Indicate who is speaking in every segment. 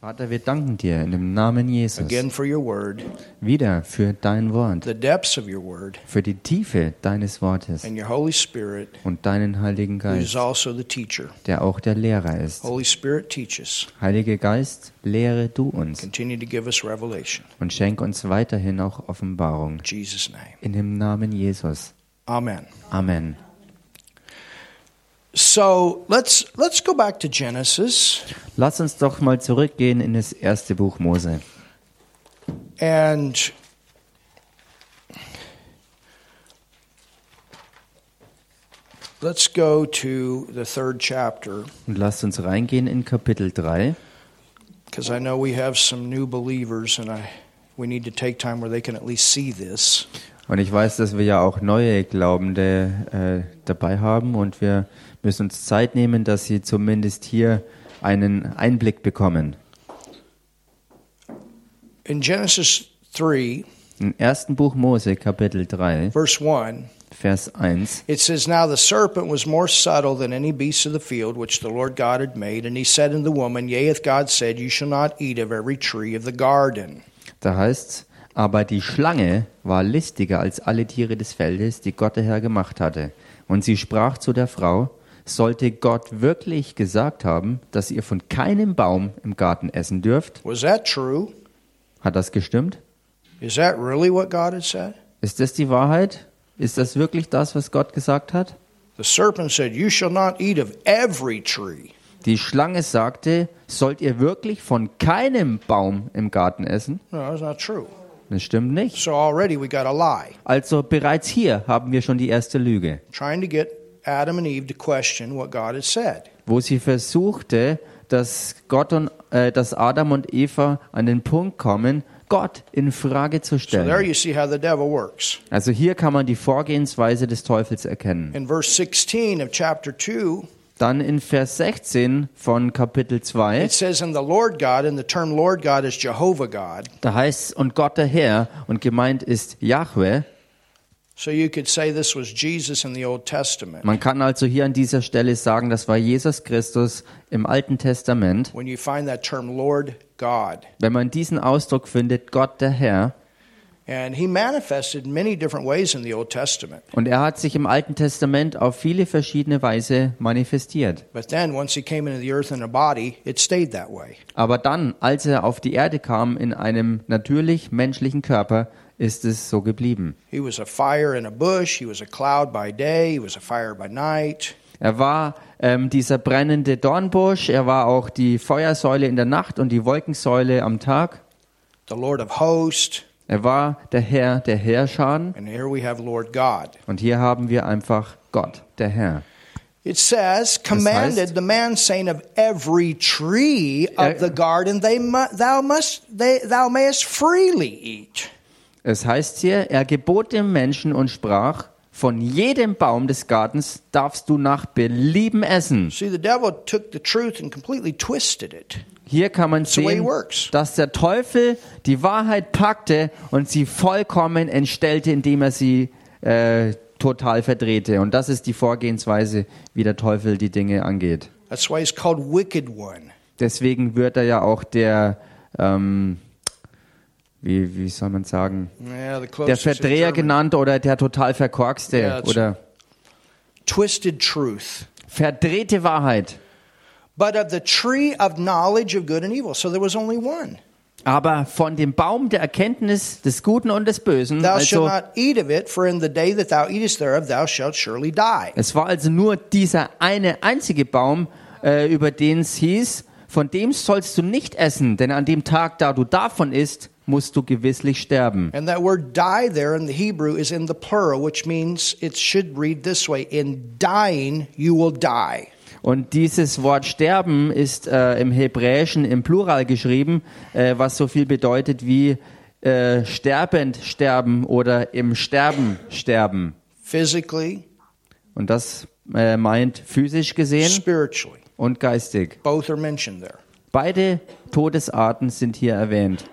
Speaker 1: Vater, wir danken dir in dem Namen Jesus
Speaker 2: again for your word,
Speaker 1: wieder für dein Wort,
Speaker 2: the depths of your word,
Speaker 1: für die Tiefe deines Wortes
Speaker 2: and your Holy Spirit,
Speaker 1: und deinen Heiligen
Speaker 2: who is
Speaker 1: Geist,
Speaker 2: also the teacher.
Speaker 1: der auch der Lehrer ist.
Speaker 2: Holy Spirit, teach us.
Speaker 1: Heiliger Geist, lehre du uns
Speaker 2: Continue to give us revelation.
Speaker 1: und schenk uns weiterhin auch Offenbarung.
Speaker 2: In Jesus' name.
Speaker 1: In dem Namen Jesus.
Speaker 2: Amen.
Speaker 1: Amen.
Speaker 2: So let's let's go back to Genesis
Speaker 1: Lass uns doch mal zurückgehen in das erste Buch Mose.
Speaker 2: and let's go to the third chapter
Speaker 1: Und lasst uns reingehen in Kapitel 3,
Speaker 2: because I know we have some new believers and I we need to take time where they can at least see this.
Speaker 1: Und ich weiß, dass wir ja auch neue Glaubende äh, dabei haben und wir müssen uns Zeit nehmen, dass sie zumindest hier einen Einblick bekommen.
Speaker 2: In Genesis 3,
Speaker 1: Im ersten Buch Mose, Kapitel 3,
Speaker 2: verse 1,
Speaker 1: Vers 1,
Speaker 2: it says, Now the serpent was more subtle than any beast of the field which the Lord God had made. And he said unto the woman, Yea, hath God said, You shall not eat of every tree of the garden.
Speaker 1: da heißt aber die Schlange war listiger als alle Tiere des Feldes, die Gott der Herr gemacht hatte. Und sie sprach zu der Frau, sollte Gott wirklich gesagt haben, dass ihr von keinem Baum im Garten essen dürft?
Speaker 2: Was that true?
Speaker 1: Hat das gestimmt?
Speaker 2: Is that really what God had said?
Speaker 1: Ist das die Wahrheit? Ist das wirklich das, was Gott gesagt hat?
Speaker 2: The serpent said, You shall not eat of every tree.
Speaker 1: Die Schlange sagte, sollt ihr wirklich von keinem Baum im Garten essen?
Speaker 2: No, that's not true.
Speaker 1: Das stimmt nicht.
Speaker 2: So already we got a lie,
Speaker 1: Also bereits hier haben wir schon die erste Lüge,
Speaker 2: trying to get Adam and Eve to question what God had said.
Speaker 1: wo sie versuchte, dass Gott und äh, dass Adam und Eva an den Punkt kommen, Gott in Frage zu
Speaker 2: So there
Speaker 1: stellen.
Speaker 2: you see how the devil works.
Speaker 1: Also hier kann man die Vorgehensweise des Teufels erkennen.
Speaker 2: In verse 16 of chapter 2,
Speaker 1: Dann in Vers 16 von Kapitel 2
Speaker 2: It says, "And the Lord God," and the term Lord God is Jehovah God.
Speaker 1: Da heißt und Gott der Herr und gemeint ist Jahwe.
Speaker 2: So you could say this was Jesus in the Old Testament.
Speaker 1: Man kann also hier an dieser Stelle sagen, das war Jesus Christus im Alten Testament.
Speaker 2: When you find that term Lord God,
Speaker 1: Wenn man diesen Ausdruck findet, Gott der Herr,
Speaker 2: and he manifested many different ways in the Old Testament.
Speaker 1: und er hat sich im Alten Testament auf viele verschiedene Weise manifestiert.
Speaker 2: But then once he came into the earth in a body, it stayed that way.
Speaker 1: Aber dann, als er auf die Erde kam in einem natürlich menschlichen Körper, ist es so geblieben.
Speaker 2: He was a fire in a bush, he was a cloud by day, he was a fire by night.
Speaker 1: Er war ähm, dieser brennende Dornbusch, er war auch die Feuersäule in der Nacht und die Wolkensäule am Tag.
Speaker 2: The Lord of hosts,
Speaker 1: Er war der Herr der Herrscharen
Speaker 2: and here we have Lord God.
Speaker 1: und hier haben wir einfach Gott, der Herr.
Speaker 2: It says, commanded the man, saying, "Of every tree of the garden they mu- thou must they, thou mayest freely eat."
Speaker 1: Es heißt hier, er gebot dem Menschen und sprach, von jedem Baum des Gartens darfst du nach Belieben essen.
Speaker 2: See, the devil took the truth and completely twisted it.
Speaker 1: Hier kann man
Speaker 2: the way it
Speaker 1: sehen,
Speaker 2: works.
Speaker 1: dass der Teufel die Wahrheit packte und sie vollkommen entstellte, indem er sie äh, total verdrehte. Und das ist die Vorgehensweise, wie der Teufel die Dinge angeht.
Speaker 2: That's why he's called wicked one.
Speaker 1: Deswegen wird er ja auch der, ähm, wie, wie soll man sagen,
Speaker 2: Yeah, the
Speaker 1: der
Speaker 2: closest in
Speaker 1: Verdreher
Speaker 2: German.
Speaker 1: genannt oder der total verkorkste
Speaker 2: Ja, das-
Speaker 1: oder
Speaker 2: twisted truth.
Speaker 1: verdrehte Wahrheit.
Speaker 2: But of the tree of knowledge of good and evil. So there was only one.
Speaker 1: Aber von dem Baum der Erkenntnis des Guten und des Bösen,
Speaker 2: Thou shalt
Speaker 1: also
Speaker 2: not eat of it, for in the day that thou eatest thereof, thou shalt surely die.
Speaker 1: es war also nur dieser eine einzige Baum, äh, über den es hieß, von dem sollst du nicht essen, denn an dem Tag, da du davon isst, musst du gewisslich sterben.
Speaker 2: And that word die there in the Hebrew is in the plural, which means it should read this way In dying, you will die.
Speaker 1: Und dieses Wort sterben ist äh, im Hebräischen im Plural geschrieben, äh, was so viel bedeutet wie äh, sterbend sterben oder im Sterben sterben.
Speaker 2: Physically,
Speaker 1: Und das äh, meint physisch gesehen
Speaker 2: spiritually.
Speaker 1: und geistig.
Speaker 2: Both are mentioned there.
Speaker 1: Beide Todesarten sind hier erwähnt.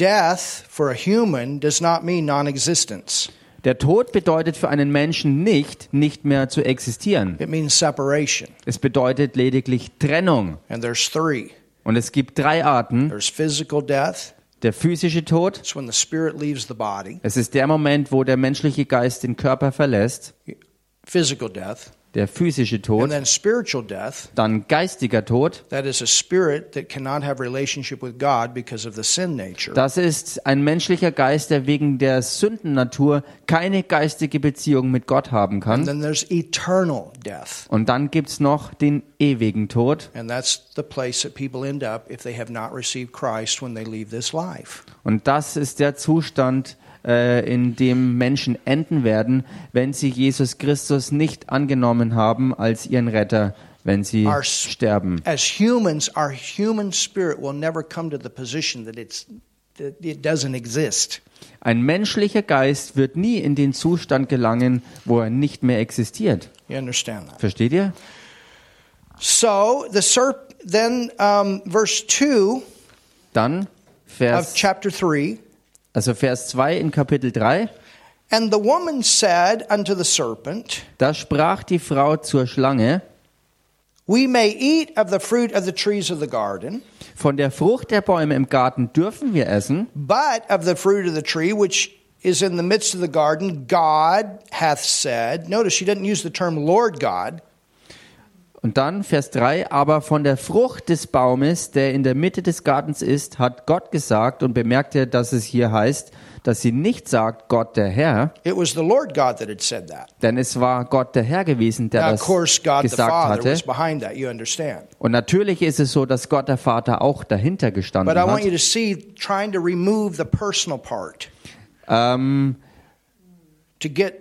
Speaker 2: Death for a human does not mean non existence,
Speaker 1: Der Tod bedeutet für einen Menschen nicht, nicht mehr zu existieren.
Speaker 2: it means separation.
Speaker 1: Es bedeutet lediglich Trennung.
Speaker 2: And there's three
Speaker 1: Und es gibt drei Arten.
Speaker 2: There's physical death.
Speaker 1: Der physische Tod,
Speaker 2: It's when the spirit leaves the body.
Speaker 1: es ist der Moment, wo der menschliche Geist den Körper verlässt.
Speaker 2: Physical death.
Speaker 1: Der physische
Speaker 2: And
Speaker 1: Tod,
Speaker 2: then spiritual death.
Speaker 1: dann geistiger Tod.
Speaker 2: That is a spirit that cannot have relationship with God because of the sin nature.
Speaker 1: Das ist ein menschlicher Geist, der wegen der Sündennatur keine geistige Beziehung mit Gott haben
Speaker 2: and
Speaker 1: kann.
Speaker 2: then there's eternal death.
Speaker 1: Und dann gibt es noch den ewigen Tod.
Speaker 2: And that's the place that people end up if they have not received Christ when they leave this life.
Speaker 1: Und das ist der Zustand, äh, in dem Menschen enden werden, wenn sie Jesus Christus nicht angenommen haben als ihren Retter, wenn sie
Speaker 2: Our s-
Speaker 1: sterben.
Speaker 2: As humans, our human spirit will never come to the position that it's that it doesn't exist.
Speaker 1: Ein menschlicher Geist wird nie in den Zustand gelangen, wo er nicht mehr existiert.
Speaker 2: You understand that?
Speaker 1: Versteht ihr?
Speaker 2: So the serp then um, verse two
Speaker 1: Dann
Speaker 2: of
Speaker 1: Vers,
Speaker 2: chapter three.
Speaker 1: also Vers 2 in Kapitel 3.
Speaker 2: And the woman said unto the serpent,
Speaker 1: Da sprach die Frau zur Schlange,
Speaker 2: We may eat of the fruit of the trees of the garden,
Speaker 1: von der Frucht der Bäume im Garten dürfen wir essen,
Speaker 2: but of the fruit of the tree which is in the midst of the garden, God hath said. Notice she doesn't use the term Lord God.
Speaker 1: Und dann Vers 3, aber von der Frucht des Baumes, der in der Mitte des Gartens ist, hat Gott gesagt und bemerkte, dass es hier heißt, dass sie nicht sagt Gott der Herr,
Speaker 2: It was the Lord God that had said that.
Speaker 1: denn es war Gott der Herr gewesen, der
Speaker 2: Now, of
Speaker 1: das
Speaker 2: course, God the
Speaker 1: gesagt
Speaker 2: Father
Speaker 1: hatte.
Speaker 2: was behind that, you understand.
Speaker 1: Und natürlich ist es so, dass Gott der Vater auch dahinter gestanden
Speaker 2: But I want you
Speaker 1: hat.
Speaker 2: to see trying to remove the personal part,
Speaker 1: Ähm,
Speaker 2: to get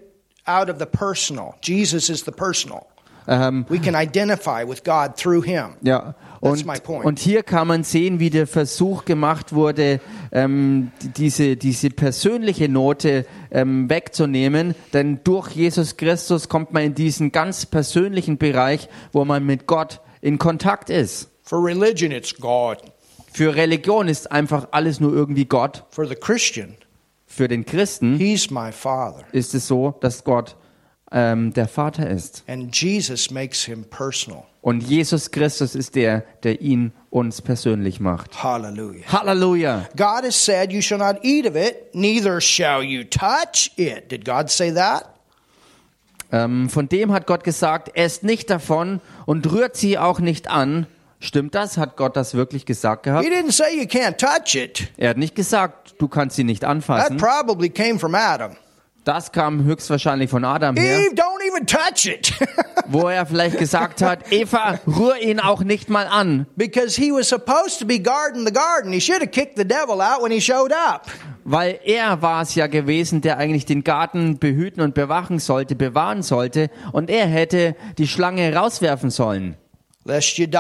Speaker 2: out of the personal. Jesus is the personal.
Speaker 1: ähm,
Speaker 2: We can identify with God through him.
Speaker 1: ja.
Speaker 2: That's
Speaker 1: Und,
Speaker 2: my point.
Speaker 1: und hier kann man sehen, wie der Versuch gemacht wurde, ähm, die- diese, diese persönliche Note ähm, wegzunehmen. Denn durch Jesus Christus kommt man in diesen ganz persönlichen Bereich, wo man mit Gott in Kontakt ist.
Speaker 2: For religion, it's God.
Speaker 1: Für Religion ist einfach alles nur irgendwie Gott.
Speaker 2: For the Christian,
Speaker 1: Für den Christen
Speaker 2: he's my father.
Speaker 1: ist es so, dass Gott ähm, der Vater ist.
Speaker 2: And Jesus makes him personal.
Speaker 1: Und Jesus Christus ist der, der ihn uns persönlich macht.
Speaker 2: Hallelujah.
Speaker 1: Halleluja!
Speaker 2: God has said, You shall not eat of it, neither shall you touch it. Did God say that?
Speaker 1: Ähm, von dem hat Gott gesagt, esst nicht davon und rührt sie auch nicht an. Stimmt das? Hat Gott das wirklich gesagt
Speaker 2: He
Speaker 1: gehabt?
Speaker 2: didn't say you can't touch it.
Speaker 1: Er hat nicht gesagt, du kannst sie nicht
Speaker 2: That
Speaker 1: anfassen.
Speaker 2: probably came from Adam.
Speaker 1: Das kam höchstwahrscheinlich von Adam her,
Speaker 2: Eve, don't even touch it.
Speaker 1: wo er vielleicht gesagt hat, Eva, rühr ihn auch nicht mal an.
Speaker 2: because he was supposed to be guarding the garden. He should have kicked the devil out when he showed up.
Speaker 1: Weil er war es ja gewesen, der eigentlich den Garten behüten und bewachen sollte, bewahren sollte. Und er hätte die Schlange rauswerfen sollen.
Speaker 2: Lest you die.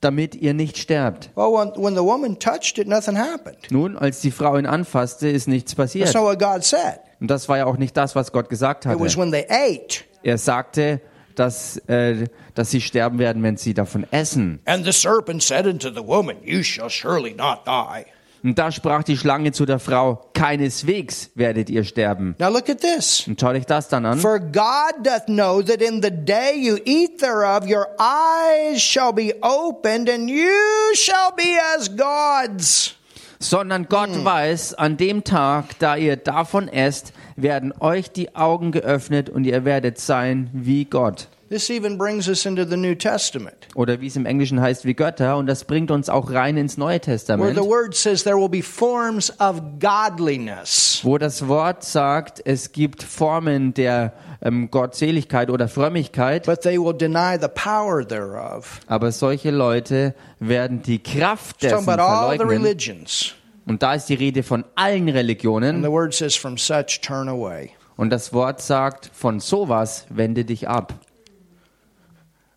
Speaker 1: damit ihr nicht sterbt.
Speaker 2: Well, when, when the woman touched it, nothing happened.
Speaker 1: Nun, als die Frau ihn anfasste, ist nichts
Speaker 2: That's
Speaker 1: passiert.
Speaker 2: not what God said.
Speaker 1: Und das war ja auch nicht das, was Gott gesagt
Speaker 2: It was
Speaker 1: hatte.
Speaker 2: when they ate.
Speaker 1: Er sagte, dass, äh, dass sie sterben werden, wenn sie davon essen.
Speaker 2: And the serpent said unto the woman, You shall surely not die.
Speaker 1: Und da sprach die Schlange zu der Frau, keineswegs werdet ihr sterben.
Speaker 2: Now look at this.
Speaker 1: Und schaut euch das dann an.
Speaker 2: For God doth know that in the day you eat thereof, your eyes shall be opened, and you shall be as gods.
Speaker 1: Sondern Gott weiß, an dem Tag, da ihr davon esst, werden euch die Augen geöffnet und ihr werdet sein wie Gott.
Speaker 2: This even brings us into the New Testament,
Speaker 1: Oder wie es im Englischen heißt, wie Götter. Und das bringt uns auch rein ins Neue
Speaker 2: where
Speaker 1: Testament.
Speaker 2: the word says there will be forms of godliness.
Speaker 1: wo das Wort sagt, es gibt Formen der ähm, Gottseligkeit oder Frömmigkeit,
Speaker 2: But they will deny the power thereof.
Speaker 1: aber solche Leute werden die Kraft
Speaker 2: It's
Speaker 1: dessen
Speaker 2: talking about all the
Speaker 1: verleugnen.
Speaker 2: religions.
Speaker 1: Und da ist die Rede von allen
Speaker 2: And
Speaker 1: Religionen
Speaker 2: the word says, From such turn away.
Speaker 1: und das Wort sagt, von sowas wende dich ab.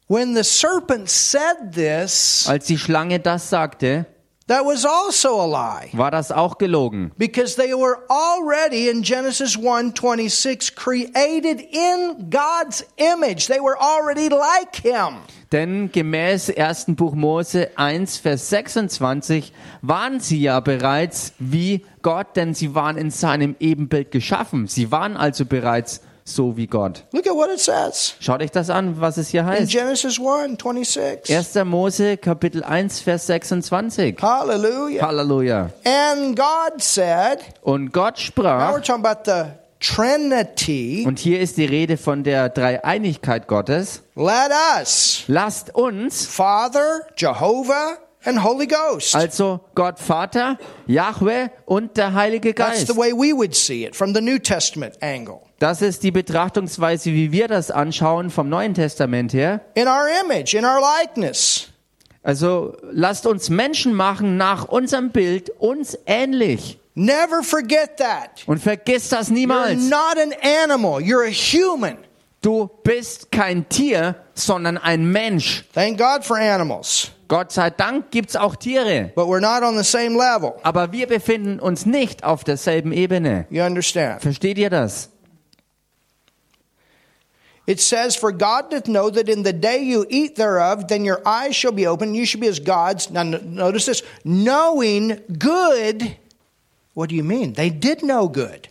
Speaker 2: When the serpent said this,
Speaker 1: Als die Schlange das sagte,
Speaker 2: that was also a lie.
Speaker 1: war das auch gelogen,
Speaker 2: because they were already in Genesis 1:26 created in God's image. They were already like him.
Speaker 1: denn gemäß 1. Buch Mose 1, Vers 26 waren sie ja bereits wie Gott, denn sie waren in seinem Ebenbild geschaffen. Sie waren also bereits so wie Gott.
Speaker 2: Look at what it says
Speaker 1: Schaut euch das an, was es hier
Speaker 2: in
Speaker 1: heißt.
Speaker 2: Genesis 1 26.
Speaker 1: 1. Mose Kapitel 1 Vers 26.
Speaker 2: Hallelujah.
Speaker 1: Halleluja.
Speaker 2: And God said,
Speaker 1: Und Gott
Speaker 2: now we're
Speaker 1: sprach,
Speaker 2: talking about the Trinity.
Speaker 1: und hier ist die Rede von der Dreieinigkeit Gottes,
Speaker 2: Let us,
Speaker 1: lasst uns,
Speaker 2: Father, Jehovah, and Holy Ghost.
Speaker 1: also Gott Vater, Jahwe und der Heilige
Speaker 2: That's the
Speaker 1: Geist.
Speaker 2: way we would see it from the New Testament angle.
Speaker 1: Das ist die Betrachtungsweise, wie wir das anschauen vom Neuen Testament her.
Speaker 2: In our image, in our likeness.
Speaker 1: Also lasst uns Menschen machen nach unserem Bild uns ähnlich.
Speaker 2: Never forget that.
Speaker 1: Und vergiss das
Speaker 2: You're
Speaker 1: niemals.
Speaker 2: not an animal, you're a human.
Speaker 1: Du bist kein Tier, sondern ein Mensch.
Speaker 2: Thank God for animals,
Speaker 1: Gott sei Dank gibt's auch Tiere.
Speaker 2: but we're not on the same level.
Speaker 1: Aber wir befinden uns nicht auf derselben Ebene.
Speaker 2: You understand?
Speaker 1: Versteht ihr das?
Speaker 2: It says, For God doth know that in the day you eat thereof, then your eyes shall be open, you shall be as gods. Now, n- notice this knowing good. What do you mean? They did know good.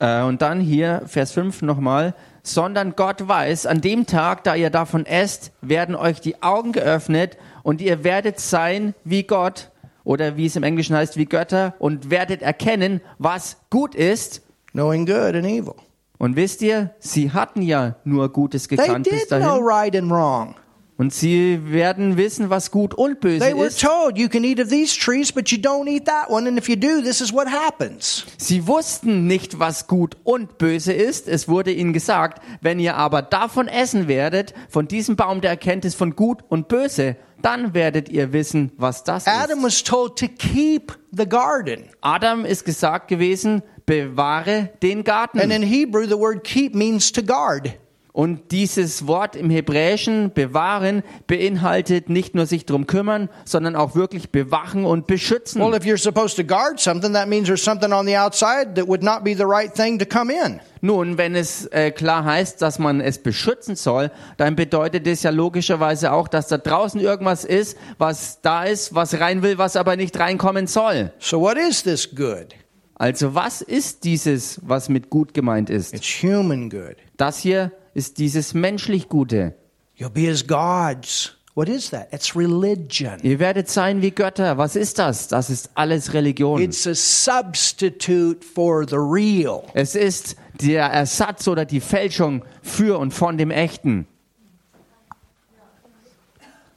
Speaker 1: Äh, und dann hier Vers 5 nochmal. Sondern Gott weiß, an dem Tag, da ihr davon esst, werden euch die Augen geöffnet und ihr werdet sein wie Gott oder wie es im Englischen heißt, wie Götter und werdet erkennen, was gut ist.
Speaker 2: Knowing good and evil.
Speaker 1: Und wisst ihr, sie hatten ja nur Gutes
Speaker 2: They
Speaker 1: gekannt bis
Speaker 2: did know
Speaker 1: dahin.
Speaker 2: right and wrong.
Speaker 1: Und sie werden wissen, was gut und böse
Speaker 2: They were
Speaker 1: ist.
Speaker 2: told you can eat of these trees, but you don't eat that one. And if you do, this is what happens.
Speaker 1: Sie wussten nicht, was gut und böse ist. Es wurde ihnen gesagt, wenn ihr aber davon essen werdet, von diesem Baum der Erkenntnis von gut und böse, dann werdet ihr wissen, was das ist.
Speaker 2: Adam was told to keep the garden.
Speaker 1: Adam ist gesagt gewesen, bewahre den
Speaker 2: And
Speaker 1: Garten.
Speaker 2: in Hebrew, the word keep means to guard.
Speaker 1: Und dieses Wort im Hebräischen, bewahren, beinhaltet nicht nur sich drum kümmern, sondern auch wirklich bewachen und beschützen.
Speaker 2: Well, if you're supposed to guard something, that means there's something on the outside that would not be the right thing to come in.
Speaker 1: Nun, wenn es äh, klar heißt, dass man es beschützen soll, dann bedeutet es ja logischerweise auch, dass da draußen irgendwas ist, was da ist, was rein will, was aber nicht reinkommen soll.
Speaker 2: So, what is this good?
Speaker 1: Also was ist dieses, was mit gut gemeint ist?
Speaker 2: It's human good.
Speaker 1: Das hier ist dieses menschlich Gute.
Speaker 2: You'll be as gods. What is that? It's religion.
Speaker 1: Ihr werdet sein wie Götter. Was ist das? Das ist alles Religion.
Speaker 2: It's a substitute for the real.
Speaker 1: Es ist der Ersatz oder die Fälschung für und von dem Echten.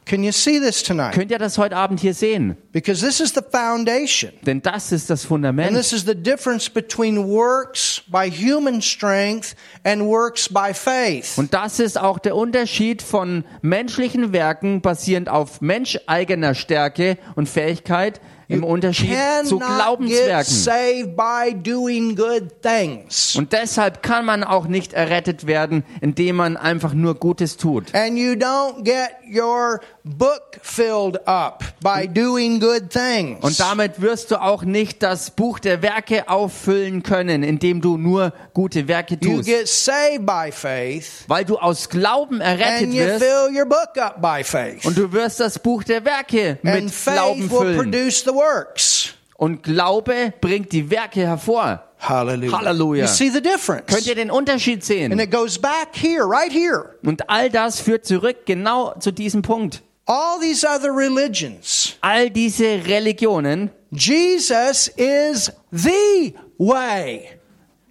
Speaker 2: Can you see this tonight?
Speaker 1: Könnt ihr das heute Abend hier sehen?
Speaker 2: Because this is the foundation.
Speaker 1: Denn das ist das
Speaker 2: And
Speaker 1: Fundament.
Speaker 2: this is the difference between works by human strength and works by faith.
Speaker 1: Und das ist auch der Unterschied von menschlichen Werken basierend auf menscheigener Stärke und Fähigkeit im Unterschied zu
Speaker 2: Cannot get
Speaker 1: Glaubenswerken.
Speaker 2: saved by doing good things.
Speaker 1: Und deshalb kann man auch nicht errettet werden, indem man einfach nur Gutes tut.
Speaker 2: And you don't get your book filled up by doing good things.
Speaker 1: Und damit wirst du auch nicht das Buch der Werke auffüllen können, indem du nur gute Werke
Speaker 2: you
Speaker 1: tust.
Speaker 2: get saved by faith
Speaker 1: Weil du aus Glauben errettet
Speaker 2: and you
Speaker 1: wirst
Speaker 2: fill your book up by faith.
Speaker 1: und du wirst das Buch der Werke
Speaker 2: And
Speaker 1: mit Glauben
Speaker 2: faith will
Speaker 1: füllen.
Speaker 2: produce the works.
Speaker 1: Und Glaube bringt die Werke hervor.
Speaker 2: Hallelujah.
Speaker 1: Hallelujah.
Speaker 2: You see the difference.
Speaker 1: Könnt ihr den Unterschied sehen?
Speaker 2: and it goes back here, right here.
Speaker 1: Und all das führt zurück genau zu diesem Punkt.
Speaker 2: all these other religions.
Speaker 1: All diese Religionen,
Speaker 2: Jesus is the way.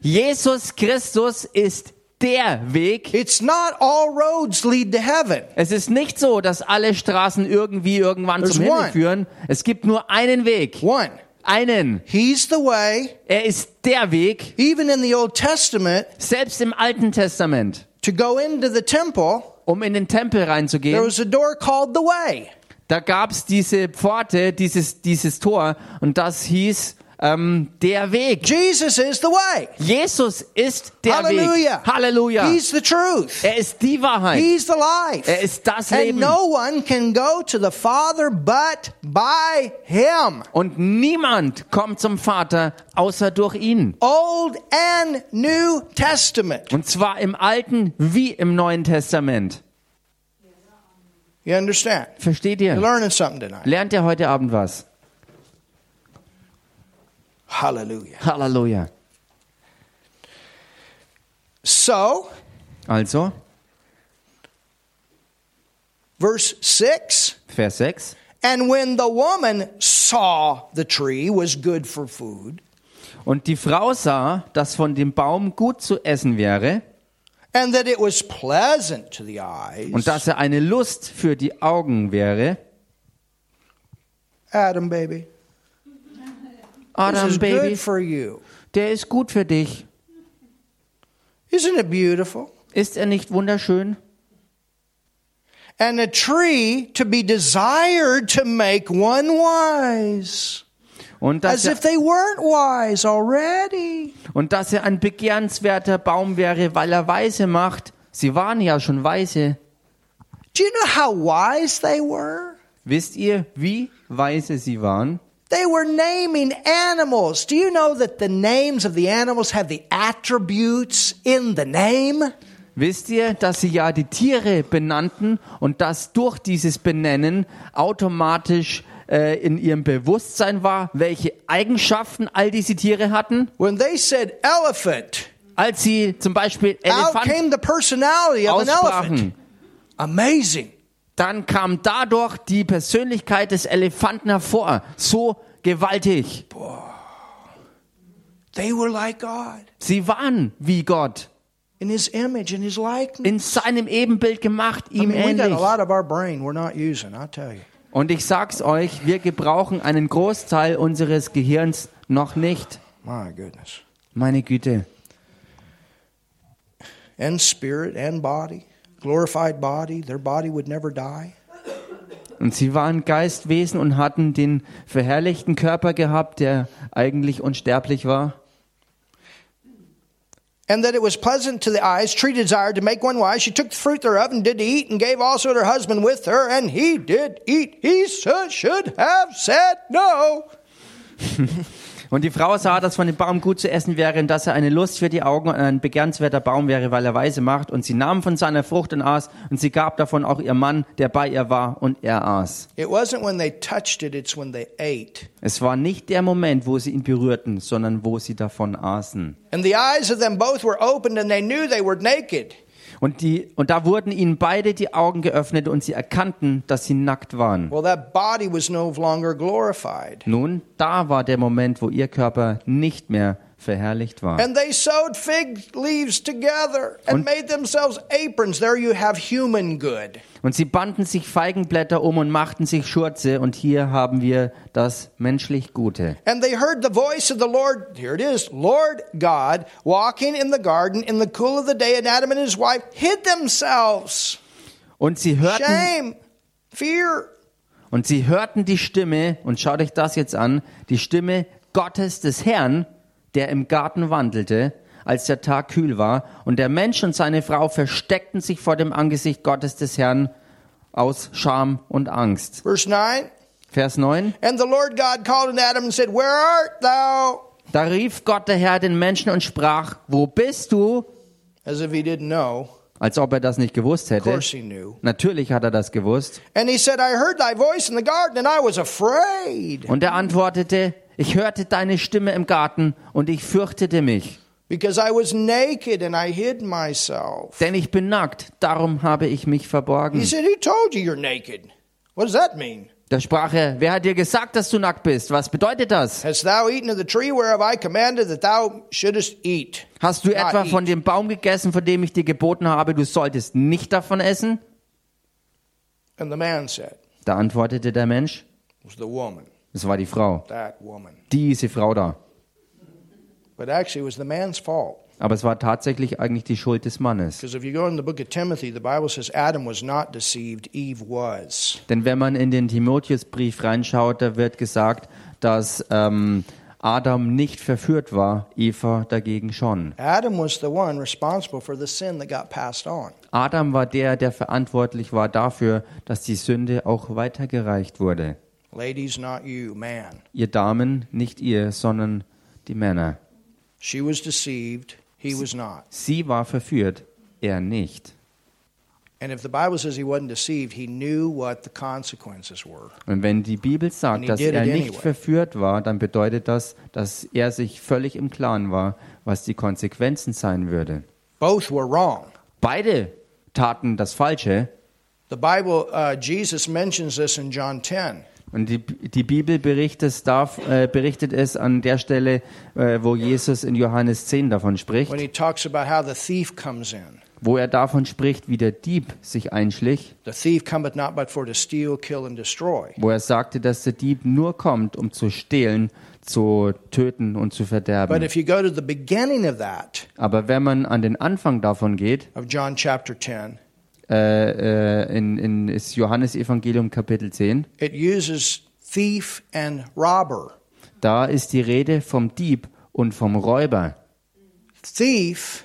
Speaker 1: Jesus Christus ist der Weg.
Speaker 2: It's not all roads lead to heaven.
Speaker 1: Es ist nicht so, dass alle Straßen irgendwie irgendwann zum
Speaker 2: There's one.
Speaker 1: Himmel führen. Es gibt nur einen Weg.
Speaker 2: One,
Speaker 1: Einen.
Speaker 2: he's the way,
Speaker 1: Er ist der Weg,
Speaker 2: even in the Old Testament,
Speaker 1: selbst im Alten Testament.
Speaker 2: to go into the temple,
Speaker 1: Um in den Tempel
Speaker 2: there
Speaker 1: reinzugehen,
Speaker 2: was a door called the way.
Speaker 1: da gab es diese Pforte, dieses, dieses Tor und das hieß ähm, der Weg.
Speaker 2: Jesus is the way.
Speaker 1: Jesus ist der
Speaker 2: Hallelujah.
Speaker 1: Weg. Halleluja.
Speaker 2: He's the truth.
Speaker 1: Er ist die Wahrheit.
Speaker 2: He's the life.
Speaker 1: Er ist das
Speaker 2: And
Speaker 1: Leben.
Speaker 2: no one can go to the Father but by him.
Speaker 1: Und niemand kommt zum Vater außer durch ihn.
Speaker 2: Old and New Testament.
Speaker 1: Und zwar im Alten wie im Neuen Testament.
Speaker 2: You understand?
Speaker 1: Versteht
Speaker 2: You're
Speaker 1: ihr?
Speaker 2: learning something tonight.
Speaker 1: Lernt ihr heute Abend was?
Speaker 2: Hallelujah.
Speaker 1: Halleluja.
Speaker 2: So,
Speaker 1: Also,
Speaker 2: verse 6
Speaker 1: Vers 6.
Speaker 2: And when the woman saw the tree was good for food,
Speaker 1: Und die Frau sah, dass von dem Baum gut zu essen wäre
Speaker 2: and that it was pleasant to the eyes,
Speaker 1: und dass er eine Lust für die Augen wäre.
Speaker 2: Adam, baby, this
Speaker 1: Adam,
Speaker 2: is
Speaker 1: Baby,
Speaker 2: good for you.
Speaker 1: der ist gut für dich.
Speaker 2: Isn't it beautiful?
Speaker 1: Ist er nicht wunderschön?
Speaker 2: And a tree to be desired to make one wise,
Speaker 1: Und
Speaker 2: as
Speaker 1: dass, er,
Speaker 2: if they weren't wise already.
Speaker 1: und dass er ein begehrenswerter Baum wäre, weil er Weise macht. Sie waren ja schon Weise.
Speaker 2: Do you know how wise they were?
Speaker 1: Wisst ihr, wie weise sie waren?
Speaker 2: They were naming animals. Do you know that the names of the animals have the attributes in the name?
Speaker 1: Wisst ihr, dass sie ja die Tiere benannten und dass durch dieses Benennen automatisch äh, in ihrem Bewusstsein war, welche Eigenschaften all diese Tiere hatten?
Speaker 2: When they said elephant,
Speaker 1: Als sie zum Beispiel
Speaker 2: out
Speaker 1: Elefant
Speaker 2: came the personality of an elephant.
Speaker 1: aussprachen,
Speaker 2: Amazing.
Speaker 1: dann kam dadurch die Persönlichkeit des Elefanten hervor. So gewaltig.
Speaker 2: They were like God
Speaker 1: Sie waren wie Gott,
Speaker 2: in his image and his likeness.
Speaker 1: in seinem Ebenbild gemacht,
Speaker 2: I
Speaker 1: ihm
Speaker 2: mean, we got a
Speaker 1: ähnlich.
Speaker 2: lot of our brain we're not using, I tell you.
Speaker 1: Und ich sag's euch, wir gebrauchen einen Großteil unseres Gehirns noch nicht.
Speaker 2: My goodness.
Speaker 1: Meine Güte.
Speaker 2: And spirit and body, glorified body, their body would never die.
Speaker 1: Und sie waren Geistwesen und hatten den verherrlichten Körper gehabt, der eigentlich unsterblich war.
Speaker 2: And that it was pleasant to the eyes, tree desired to make one wise. She took the fruit thereof and did eat, and gave also to her husband with her, and he did eat. He so- should have said no.
Speaker 1: Und die Frau sah, dass von dem Baum gut zu essen wäre und dass er eine Lust für die Augen und ein begehrenswerter Baum wäre, weil er weise macht. Und sie nahm von seiner Frucht und aß. Und sie gab davon auch ihr Mann, der bei ihr war, und er aß.
Speaker 2: It wasn't when they touched it, it's when they ate.
Speaker 1: Es war nicht der Moment, wo sie ihn berührten, sondern wo sie davon aßen.
Speaker 2: And the eyes of them both were opened, and they knew they were naked.
Speaker 1: Und, die, und da wurden ihnen beide die Augen geöffnet und sie erkannten, dass sie nackt waren.
Speaker 2: Well, that body was no longer glorified.
Speaker 1: Nun, da war der Moment, wo ihr Körper nicht mehr verherrlicht war.
Speaker 2: And they sewed fig leaves together and
Speaker 1: Und-
Speaker 2: made themselves aprons. There you have human good.
Speaker 1: Und sie banden sich Feigenblätter um und machten sich Schurze, und hier haben wir das menschlich Gute.
Speaker 2: And they heard the voice of the Lord, here it is, Lord God, walking in the garden in the cool of the day, and Adam and his wife hid themselves.
Speaker 1: Und sie hörten,
Speaker 2: Shame, fear.
Speaker 1: und sie hörten die Stimme, und schaut euch das jetzt an, die Stimme Gottes des Herrn, der im Garten wandelte, als der Tag kühl war, und der Mensch und seine Frau versteckten sich vor dem Angesicht Gottes des Herrn aus Scham und Angst.
Speaker 2: Verse 9.
Speaker 1: Vers 9.
Speaker 2: And the Lord God called unto Adam and said, Where art thou?
Speaker 1: Da rief Gott der Herr den Menschen und sprach, wo bist du?
Speaker 2: As if he didn't know.
Speaker 1: Als ob er das nicht gewusst
Speaker 2: Of
Speaker 1: hätte.
Speaker 2: course he knew.
Speaker 1: Natürlich hat er das gewusst.
Speaker 2: And he said, I heard thy voice in the garden, and I was afraid,
Speaker 1: Und er antwortete, ich hörte deine Stimme im Garten und ich fürchtete mich.
Speaker 2: because I was naked and I hid myself.
Speaker 1: Denn ich bin nackt, darum habe ich mich
Speaker 2: He
Speaker 1: verborgen.
Speaker 2: said, Who told you you're naked? What does that mean?
Speaker 1: Da sprach er, wer hat dir gesagt, dass du nackt bist? Was bedeutet das?
Speaker 2: Hast thou eaten of the tree whereof I commanded that thou shouldest eat?
Speaker 1: Hast du
Speaker 2: Not
Speaker 1: etwa
Speaker 2: eat.
Speaker 1: von dem Baum gegessen, von dem ich dir geboten habe, du solltest nicht davon essen?
Speaker 2: And the man said,
Speaker 1: Da antwortete der Mensch,
Speaker 2: it was the woman,
Speaker 1: es war die Frau,
Speaker 2: that woman.
Speaker 1: diese Frau da.
Speaker 2: But actually, it was the man's fault.
Speaker 1: Aber es war tatsächlich eigentlich die Schuld des Mannes.
Speaker 2: Because if you go in the book of Timothy, the Bible says Adam was not deceived, Eve was.
Speaker 1: Denn wenn man in den Timotheusbrief reinschaut, da wird gesagt, dass ähm, Adam nicht verführt war, Eva dagegen schon.
Speaker 2: Adam was the one responsible for the sin that got passed on.
Speaker 1: Adam war der, der verantwortlich war dafür, dass die Sünde auch weitergereicht wurde.
Speaker 2: Ladies, not you, man.
Speaker 1: Ihr Damen, nicht ihr, sondern die Männer.
Speaker 2: She was deceived, he was not.
Speaker 1: Sie war verführt, er nicht.
Speaker 2: And if the Bible says he wasn't deceived, he knew what the consequences were.
Speaker 1: Und wenn die Bibel
Speaker 2: And
Speaker 1: sagt,
Speaker 2: he
Speaker 1: dass
Speaker 2: did
Speaker 1: er
Speaker 2: it
Speaker 1: nicht
Speaker 2: anyway.
Speaker 1: verführt war, dann bedeutet das, dass er sich völlig im Klaren war, was die Konsequenzen sein würde.
Speaker 2: Both were wrong.
Speaker 1: Beide taten das Falsche.
Speaker 2: The Bible, uh, Jesus mentions this in John 10.
Speaker 1: Und die, die Bibel berichtet es, darf, äh, berichtet es an der Stelle, äh, wo Jesus in Johannes 10 davon
Speaker 2: when
Speaker 1: spricht,
Speaker 2: he talks about how the thief comes in.
Speaker 1: wo er davon spricht, wie der Dieb sich einschlich,
Speaker 2: The thief cometh not but for to steal, kill, and destroy.
Speaker 1: wo er sagte, dass der Dieb nur kommt, um zu stehlen, zu töten und zu
Speaker 2: But
Speaker 1: verderben.
Speaker 2: if you go to the beginning of that,
Speaker 1: Aber wenn man an den Anfang davon geht,
Speaker 2: of John chapter 10,
Speaker 1: äh, äh, in, in ist Johannes Evangelium Kapitel 10,
Speaker 2: it uses thief and robber.
Speaker 1: da ist die Rede vom Dieb und vom Räuber.
Speaker 2: Thief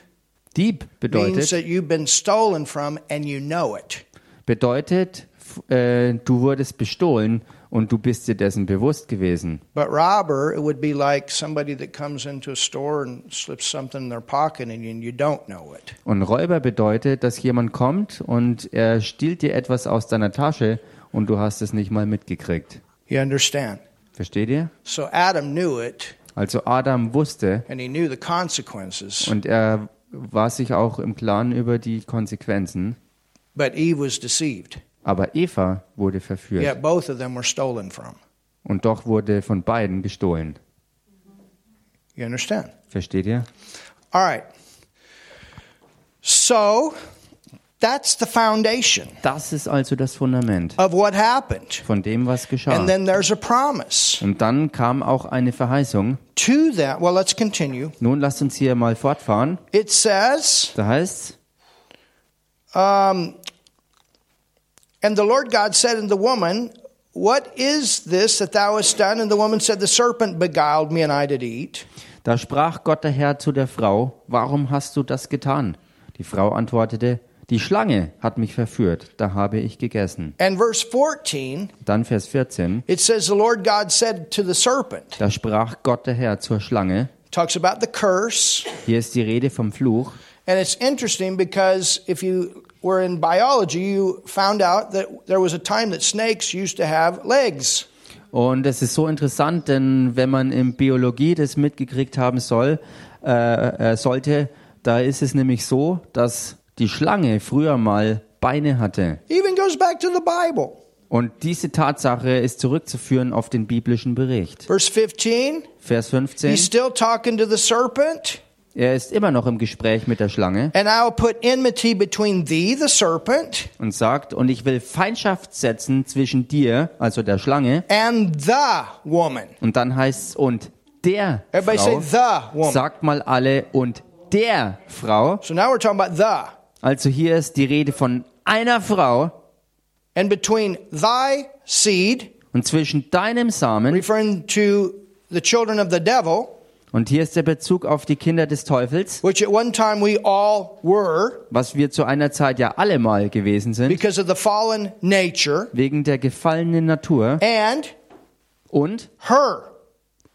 Speaker 1: Dieb
Speaker 2: means
Speaker 1: bedeutet,
Speaker 2: that you've been stolen from and you know it.
Speaker 1: bedeutet f- äh, du wurdest bestohlen und du bist dir dessen bewusst gewesen.
Speaker 2: But robber, it would be like somebody that comes into a store and slips something in their pocket and you, and you don't know it.
Speaker 1: Und Räuber bedeutet, dass jemand kommt und er stiehlt dir etwas aus deiner Tasche und du hast es nicht mal mitgekriegt.
Speaker 2: You understand?
Speaker 1: Versteht ihr?
Speaker 2: So Adam knew it
Speaker 1: Also Adam wusste
Speaker 2: and he knew the consequences,
Speaker 1: und er war sich auch im Klaren über die Konsequenzen,
Speaker 2: but Eve was deceived.
Speaker 1: aber Eva wurde verführt
Speaker 2: Yet both of them were stolen from.
Speaker 1: und doch wurde von beiden gestohlen.
Speaker 2: You understand?
Speaker 1: Versteht ihr?
Speaker 2: All right. So that's the foundation
Speaker 1: Das ist also das Fundament
Speaker 2: of what happened.
Speaker 1: von dem, was geschah.
Speaker 2: And then there's a promise
Speaker 1: Und dann kam auch eine Verheißung.
Speaker 2: to that. Well, let's continue.
Speaker 1: Nun lasst uns hier mal fortfahren.
Speaker 2: It says,
Speaker 1: Da heißt
Speaker 2: um, And the Lord God said unto the woman, What is this that thou hast done? And the woman said, The serpent beguiled me, and I did eat.
Speaker 1: da sprach Gott der Herr zu der Frau, warum hast du das getan? Die Frau antwortete, die Schlange hat mich verführt, da habe ich gegessen.
Speaker 2: And verse 14,
Speaker 1: Dann Vers 14,
Speaker 2: it says, The Lord God said to the serpent,
Speaker 1: da sprach Gott der Herr zur Schlange,
Speaker 2: talks about the curse.
Speaker 1: hier ist die Rede vom Fluch.
Speaker 2: And it's interesting because if you were in biology, you found out that there was a time that snakes used to have legs.
Speaker 1: Und es ist so interessant, denn wenn man in Biologie das mitgekriegt haben soll, äh, äh, sollte, da ist es nämlich so, dass die Schlange früher mal Beine hatte.
Speaker 2: Even goes back to the Bible.
Speaker 1: Und diese Tatsache ist zurückzuführen auf den biblischen Bericht.
Speaker 2: Verse 15,
Speaker 1: Vers 15.
Speaker 2: he's still talking to the serpent,
Speaker 1: Er ist immer noch im Gespräch mit der Schlange
Speaker 2: and I will put enmity between thee, the serpent,
Speaker 1: und sagt, und ich will Feindschaft setzen zwischen dir, also der Schlange,
Speaker 2: and the woman.
Speaker 1: und dann heißt es, und der
Speaker 2: Everybody
Speaker 1: Frau,
Speaker 2: say the woman.
Speaker 1: sagt mal alle, und der Frau,
Speaker 2: So now we're talking about the.
Speaker 1: also hier ist die Rede von einer Frau
Speaker 2: And between thy seed,
Speaker 1: und zwischen deinem Samen,
Speaker 2: referring to the children of the devil,
Speaker 1: und hier ist der Bezug auf die Kinder des Teufels,
Speaker 2: which at one time we all were
Speaker 1: was wir zu einer Zeit ja alle mal gewesen sind,
Speaker 2: because of the fallen nature,
Speaker 1: wegen der gefallenen Natur
Speaker 2: and
Speaker 1: und
Speaker 2: her.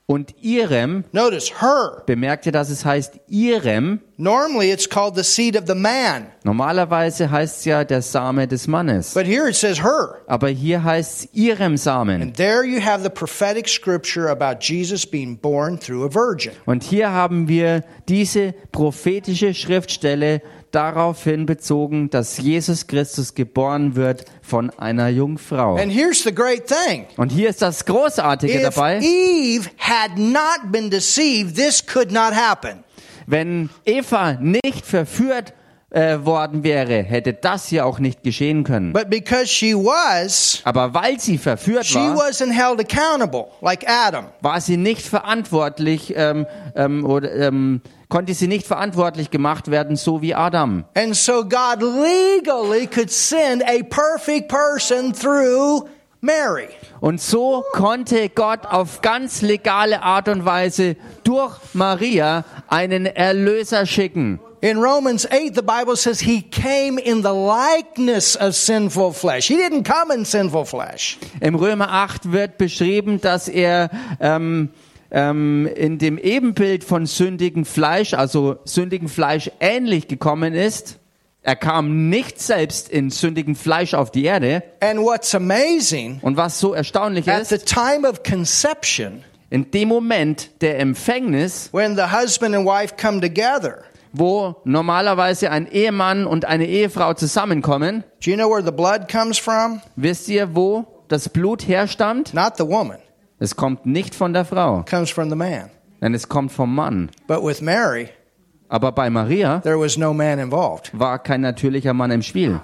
Speaker 1: und ihrem,
Speaker 2: Notice her.
Speaker 1: bemerkt ihr, dass es heißt ihrem,
Speaker 2: Normally it's called the seed of the man,
Speaker 1: normalerweise heißt es ja der Same des Mannes,
Speaker 2: but here it says her.
Speaker 1: aber hier heißt es ihrem Samen.
Speaker 2: And there you have the prophetic scripture about Jesus being born through a virgin.
Speaker 1: Und hier haben wir diese prophetische Schriftstelle daraufhin bezogen, dass Jesus Christus geboren wird von einer Jungfrau.
Speaker 2: And here's the great thing.
Speaker 1: Und hier ist das Großartige
Speaker 2: If
Speaker 1: dabei,
Speaker 2: Eve had not been deceived, this could not happen.
Speaker 1: wenn Eva nicht verführt äh, worden wäre, hätte das hier auch nicht geschehen können.
Speaker 2: But because she was,
Speaker 1: Aber weil sie verführt
Speaker 2: she
Speaker 1: war,
Speaker 2: wasn't held accountable like Adam.
Speaker 1: war sie nicht verantwortlich ähm, ähm, oder ähm, konnte sie nicht verantwortlich gemacht werden, so wie Adam.
Speaker 2: And so God legally could send a perfect person through Mary.
Speaker 1: Und so konnte Gott auf ganz legale Art und Weise durch Maria einen Erlöser schicken.
Speaker 2: In Romans 8, the Bible says he came in the likeness of sinful flesh. He didn't come in sinful flesh.
Speaker 1: Im Römer 8 wird beschrieben, dass er ähm, ähm, in dem Ebenbild von sündigem Fleisch, also sündigem Fleisch ähnlich gekommen ist. Er kam nicht selbst in sündigem Fleisch auf die Erde.
Speaker 2: And what's amazing,
Speaker 1: Und was so erstaunlich
Speaker 2: at
Speaker 1: ist,
Speaker 2: the time of conception,
Speaker 1: In dem Moment der Empfängnis,
Speaker 2: when the husband and wife come together,
Speaker 1: wo normalerweise ein Ehemann und eine Ehefrau zusammenkommen,
Speaker 2: Do you know where the blood comes from?
Speaker 1: wisst ihr, wo das Blut herstammt?
Speaker 2: Not the woman,
Speaker 1: Es kommt nicht von der Frau,
Speaker 2: it comes from the man.
Speaker 1: denn es kommt vom Mann.
Speaker 2: But with Mary,
Speaker 1: Aber bei Maria
Speaker 2: there was no man involved.
Speaker 1: war kein natürlicher Mann im Spiel.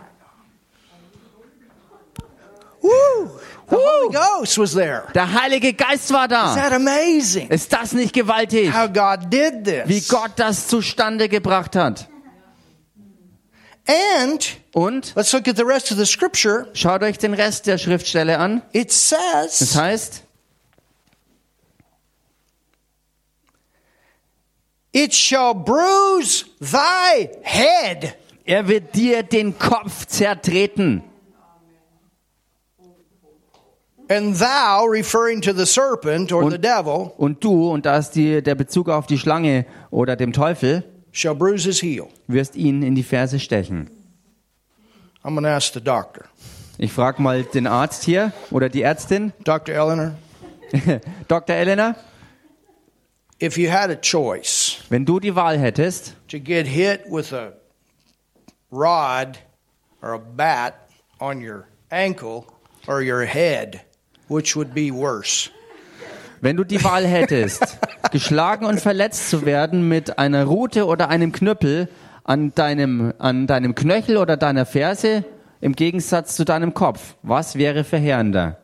Speaker 2: Woo! The Holy Ghost was there.
Speaker 1: Der Heilige Geist war
Speaker 2: Is
Speaker 1: da.
Speaker 2: that amazing?
Speaker 1: Ist das nicht gewaltig,
Speaker 2: How God did
Speaker 1: wie
Speaker 2: this.
Speaker 1: Gott das zustande gebracht hat?
Speaker 2: And
Speaker 1: Und
Speaker 2: let's look at the rest of the scripture.
Speaker 1: schaut euch den Rest der Schriftstelle an.
Speaker 2: It
Speaker 1: Das
Speaker 2: says,
Speaker 1: heißt,
Speaker 2: It shall bruise thy head.
Speaker 1: er wird dir den Kopf zertreten.
Speaker 2: And thou, referring to the serpent or
Speaker 1: Und-
Speaker 2: the devil,
Speaker 1: Und du, und da ist die, der Bezug auf die Schlange oder dem Teufel,
Speaker 2: shall bruise his heel.
Speaker 1: wirst ihn in die Ferse stechen.
Speaker 2: I'm going to ask the doctor.
Speaker 1: Ich frage mal den Arzt hier oder die Ärztin,
Speaker 2: Dr. Eleanor,
Speaker 1: Dr. Elena,
Speaker 2: if you had a choice
Speaker 1: wenn du die Wahl hättest,
Speaker 2: to get hit with a rod or a bat on your ankle or your head, which would be worse?
Speaker 1: wenn du die Wahl hättest, geschlagen und verletzt zu werden mit einer Rute oder einem Knüppel an deinem, an deinem Knöchel oder deiner Ferse im Gegensatz zu deinem Kopf, was wäre verheerender?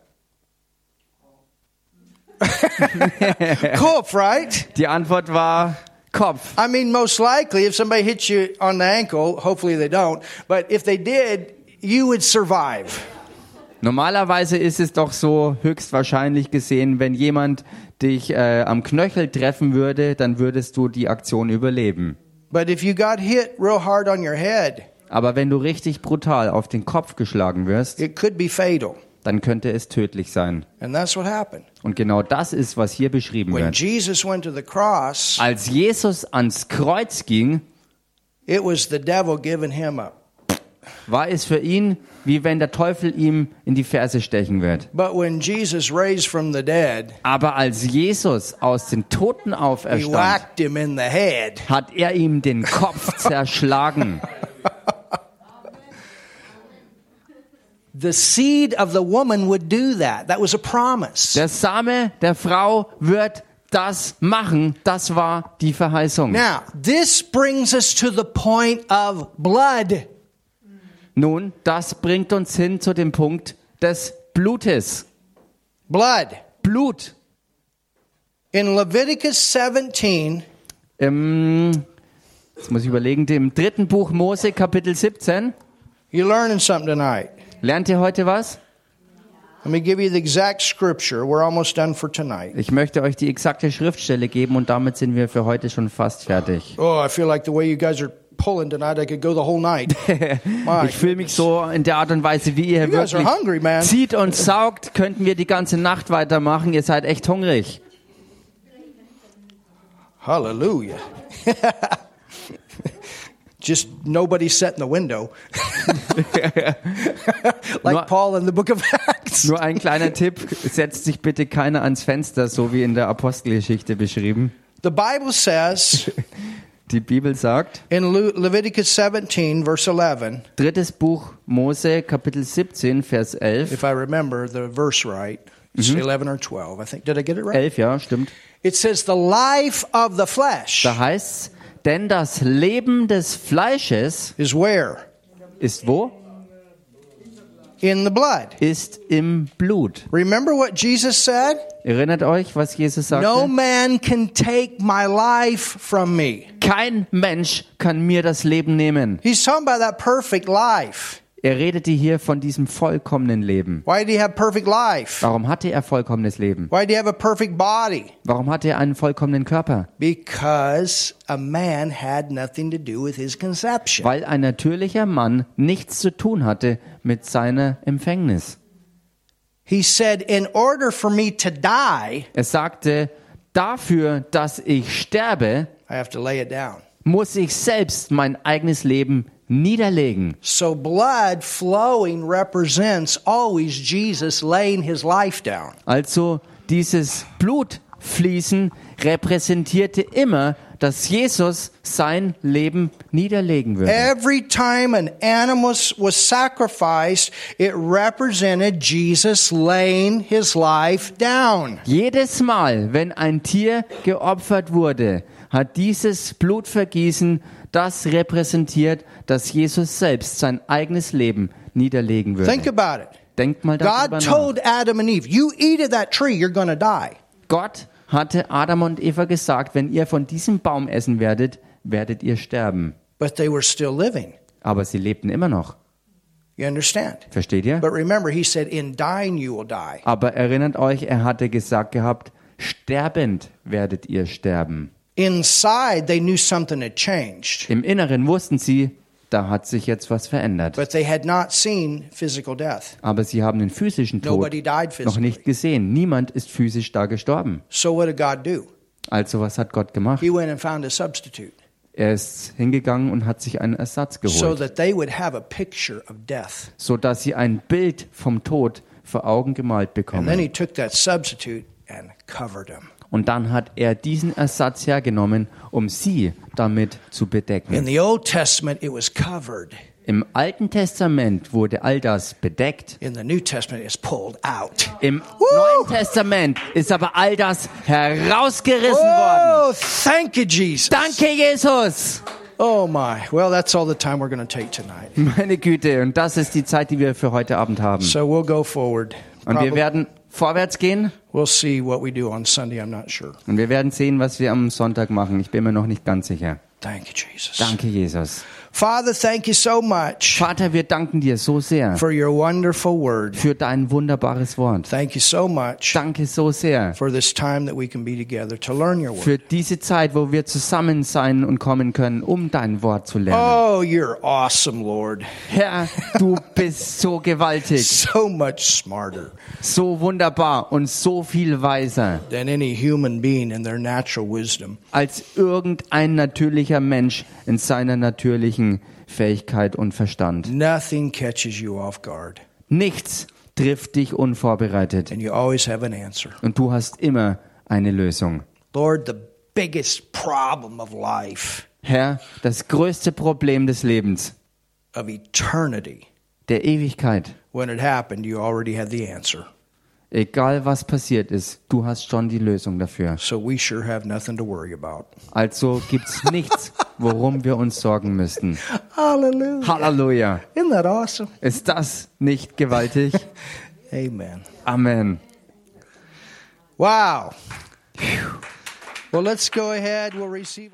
Speaker 2: Cool, right?
Speaker 1: Die Antwort war Kopf.
Speaker 2: I mean, most likely, if somebody hits you on the ankle, hopefully they don't, but if they did, you would survive.
Speaker 1: Normalerweise ist es doch so höchstwahrscheinlich gesehen, wenn jemand dich äh, am Knöchel treffen würde, dann würdest du die Aktion überleben.
Speaker 2: But if you got hit real hard on your head,
Speaker 1: Aber wenn du richtig brutal auf den Kopf geschlagen wirst,
Speaker 2: it could be fatal.
Speaker 1: dann könnte es tödlich sein.
Speaker 2: And that's what happened.
Speaker 1: Und genau das ist, was hier beschrieben
Speaker 2: When
Speaker 1: wird.
Speaker 2: Jesus went to the cross,
Speaker 1: Als Jesus ans Kreuz ging,
Speaker 2: it was the devil giving him up.
Speaker 1: war es für ihn, wie wenn der Teufel ihm in die Ferse stechen wird.
Speaker 2: But when Jesus raised from the dead,
Speaker 1: Aber als Jesus aus den Toten
Speaker 2: he
Speaker 1: auferstand,
Speaker 2: whacked him in the head.
Speaker 1: hat er ihm den Kopf zerschlagen.
Speaker 2: The seed of the woman would do that. That was a promise.
Speaker 1: Der Same der Frau wird das machen. Das war die Verheißung.
Speaker 2: Now, this brings us to the point of blood.
Speaker 1: Nun, das bringt uns hin zu dem Punkt des Blutes.
Speaker 2: Blood.
Speaker 1: Blut.
Speaker 2: In Leviticus 17,
Speaker 1: Im, jetzt muss ich überlegen, dem dritten Buch Mose, Kapitel 17.
Speaker 2: you're learning something tonight.
Speaker 1: Lernt ihr heute was?
Speaker 2: Let me give you the exact scripture. We're almost done for tonight.
Speaker 1: Ich möchte euch die exakte Schriftstelle geben und damit sind wir für heute schon fast fertig.
Speaker 2: Oh, I feel like the way you guys are pulling tonight, I could go the whole night. My
Speaker 1: Ich fühle mich so in der Art und Weise, wie ihr hier
Speaker 2: guys are
Speaker 1: wirklich
Speaker 2: hungry, man.
Speaker 1: zieht und saugt, könnten wir die ganze Nacht weitermachen. Ihr seid echt hungrig.
Speaker 2: Hallelujah. Just nobody sat in the window. like
Speaker 1: No-
Speaker 2: Paul in the book of Acts.
Speaker 1: Nur ein kleiner Tipp, setzt sich bitte keiner ans Fenster, so wie in der Apostelgeschichte beschrieben.
Speaker 2: The Bible says
Speaker 1: Die Bibel sagt,
Speaker 2: in Lu- Leviticus 17, verse 11,
Speaker 1: drittes Buch Mose, Kapitel 17, Vers 11.
Speaker 2: if I remember the verse right, it's 11 or 12, I think. Did I get it right?
Speaker 1: 11, ja, stimmt.
Speaker 2: It says, The life of the flesh
Speaker 1: Da heißt's, denn das Leben des Fleisches
Speaker 2: is where?
Speaker 1: ist wo?
Speaker 2: In the blood.
Speaker 1: Ist im Blut.
Speaker 2: Remember what Jesus said?
Speaker 1: Erinnert euch, was Jesus sagte?
Speaker 2: No man can take my life from me.
Speaker 1: Kein Mensch kann mir das Leben nehmen.
Speaker 2: He's talking about that perfect life.
Speaker 1: Er redete hier von diesem vollkommenen Leben.
Speaker 2: Why did he have perfect life?
Speaker 1: Warum hatte er vollkommenes Leben?
Speaker 2: Why did he have a perfect body?
Speaker 1: Warum hatte er einen vollkommenen Körper?
Speaker 2: Because a man had nothing to do with his conception.
Speaker 1: Weil ein natürlicher Mann nichts zu tun hatte mit seiner Empfängnis.
Speaker 2: He said, In order for me to die,
Speaker 1: Er sagte, dafür, dass ich sterbe,
Speaker 2: I have to lay it down.
Speaker 1: muss ich selbst mein eigenes Leben niederlegen.
Speaker 2: So blood flowing represents always Jesus laying his life down.
Speaker 1: Also dieses Blut, fließen, repräsentierte immer, dass Jesus sein Leben niederlegen würde.
Speaker 2: Every time an animal was sacrificed, it represented Jesus laying his life down.
Speaker 1: Jedes Mal, wenn ein Tier geopfert wurde, hat dieses Blutvergießen das repräsentiert, dass Jesus selbst sein eigenes Leben niederlegen
Speaker 2: Think
Speaker 1: würde.
Speaker 2: about it.
Speaker 1: Denkt mal darüber
Speaker 2: God
Speaker 1: nach.
Speaker 2: told Adam and Eve, You eat of that tree, you're going to die.
Speaker 1: Gott hatte Adam und Eva gesagt, wenn ihr von diesem Baum essen werdet, werdet ihr sterben.
Speaker 2: But they were still living.
Speaker 1: Aber sie lebten immer noch.
Speaker 2: You understand?
Speaker 1: Versteht ihr?
Speaker 2: But remember, he said, In dying, you will die.
Speaker 1: Aber erinnert euch, er hatte gesagt gehabt, sterbend werdet ihr sterben.
Speaker 2: Inside, they knew something had changed,
Speaker 1: Im Inneren wussten sie, da hat sich jetzt was verändert.
Speaker 2: but they had not seen physical death.
Speaker 1: Aber sie haben den physischen Tod
Speaker 2: Nobody died
Speaker 1: noch nicht
Speaker 2: physically.
Speaker 1: gesehen. Niemand ist physisch da gestorben.
Speaker 2: So, what did God do?
Speaker 1: Also was hat Gott gemacht?
Speaker 2: He went and found a substitute
Speaker 1: Er ist hingegangen und hat sich einen Ersatz
Speaker 2: so
Speaker 1: geholt,
Speaker 2: that they would have a picture of death.
Speaker 1: sodass sie ein Bild vom Tod vor Augen gemalt
Speaker 2: And then
Speaker 1: bekommen.
Speaker 2: he took that substitute and covered him.
Speaker 1: Und dann hat er diesen Ersatz hergenommen, um sie damit zu
Speaker 2: In
Speaker 1: bedecken.
Speaker 2: the Old Testament, it was covered.
Speaker 1: Im Alten Testament wurde all das bedeckt.
Speaker 2: In the New Testament, it's pulled out.
Speaker 1: Im
Speaker 2: Woo!
Speaker 1: Neuen Testament ist aber all das herausgerissen worden.
Speaker 2: Oh, thank you, Jesus.
Speaker 1: Danke, Jesus!
Speaker 2: Oh, my. Well, that's all the time we're going to take tonight.
Speaker 1: Meine Güte, und das ist die Zeit, die wir für heute Abend haben.
Speaker 2: So we'll go forward.
Speaker 1: Und wir
Speaker 2: Probably-
Speaker 1: werden vorwärts gehen
Speaker 2: we'll see what we do on Sunday. I'm not sure.
Speaker 1: und wir werden sehen, was wir am Sonntag machen. Ich bin mir noch nicht ganz sicher.
Speaker 2: Thank you, Jesus.
Speaker 1: Danke, Jesus.
Speaker 2: Father, thank you so much
Speaker 1: Vater, wir danken dir so sehr
Speaker 2: for your wonderful word.
Speaker 1: für dein wunderbares Wort.
Speaker 2: Thank you so much
Speaker 1: Danke so sehr
Speaker 2: for this time that we can be together to learn your word.
Speaker 1: für diese Zeit, wo wir zusammen sein und kommen können, um dein Wort zu lernen.
Speaker 2: Oh, you're awesome, Lord.
Speaker 1: Herr, du bist so gewaltig,
Speaker 2: So much smarter
Speaker 1: so wunderbar und so viel weiser
Speaker 2: than any human being in their natural wisdom.
Speaker 1: als irgendein natürlicher Mensch in seiner natürlichen Fähigkeit und Verstand.
Speaker 2: Nothing catches you off guard,
Speaker 1: Nichts trifft dich unvorbereitet
Speaker 2: and you always have an answer.
Speaker 1: und du hast immer eine Lösung.
Speaker 2: Lord, the biggest problem of life,
Speaker 1: Herr, das größte Problem des Lebens,
Speaker 2: of eternity,
Speaker 1: der Ewigkeit,
Speaker 2: when it happened, you already had the answer.
Speaker 1: Egal was passiert ist, du hast schon die Lösung dafür.
Speaker 2: So we sure have nothing to worry about.
Speaker 1: Also gibt's nichts, worum wir uns sorgen müssten.
Speaker 2: Hallelujah.
Speaker 1: Halleluja.
Speaker 2: Isn't that awesome?
Speaker 1: Ist das nicht gewaltig?
Speaker 2: Amen.
Speaker 1: Amen.
Speaker 2: Wow. Well, let's go ahead. We'll receive.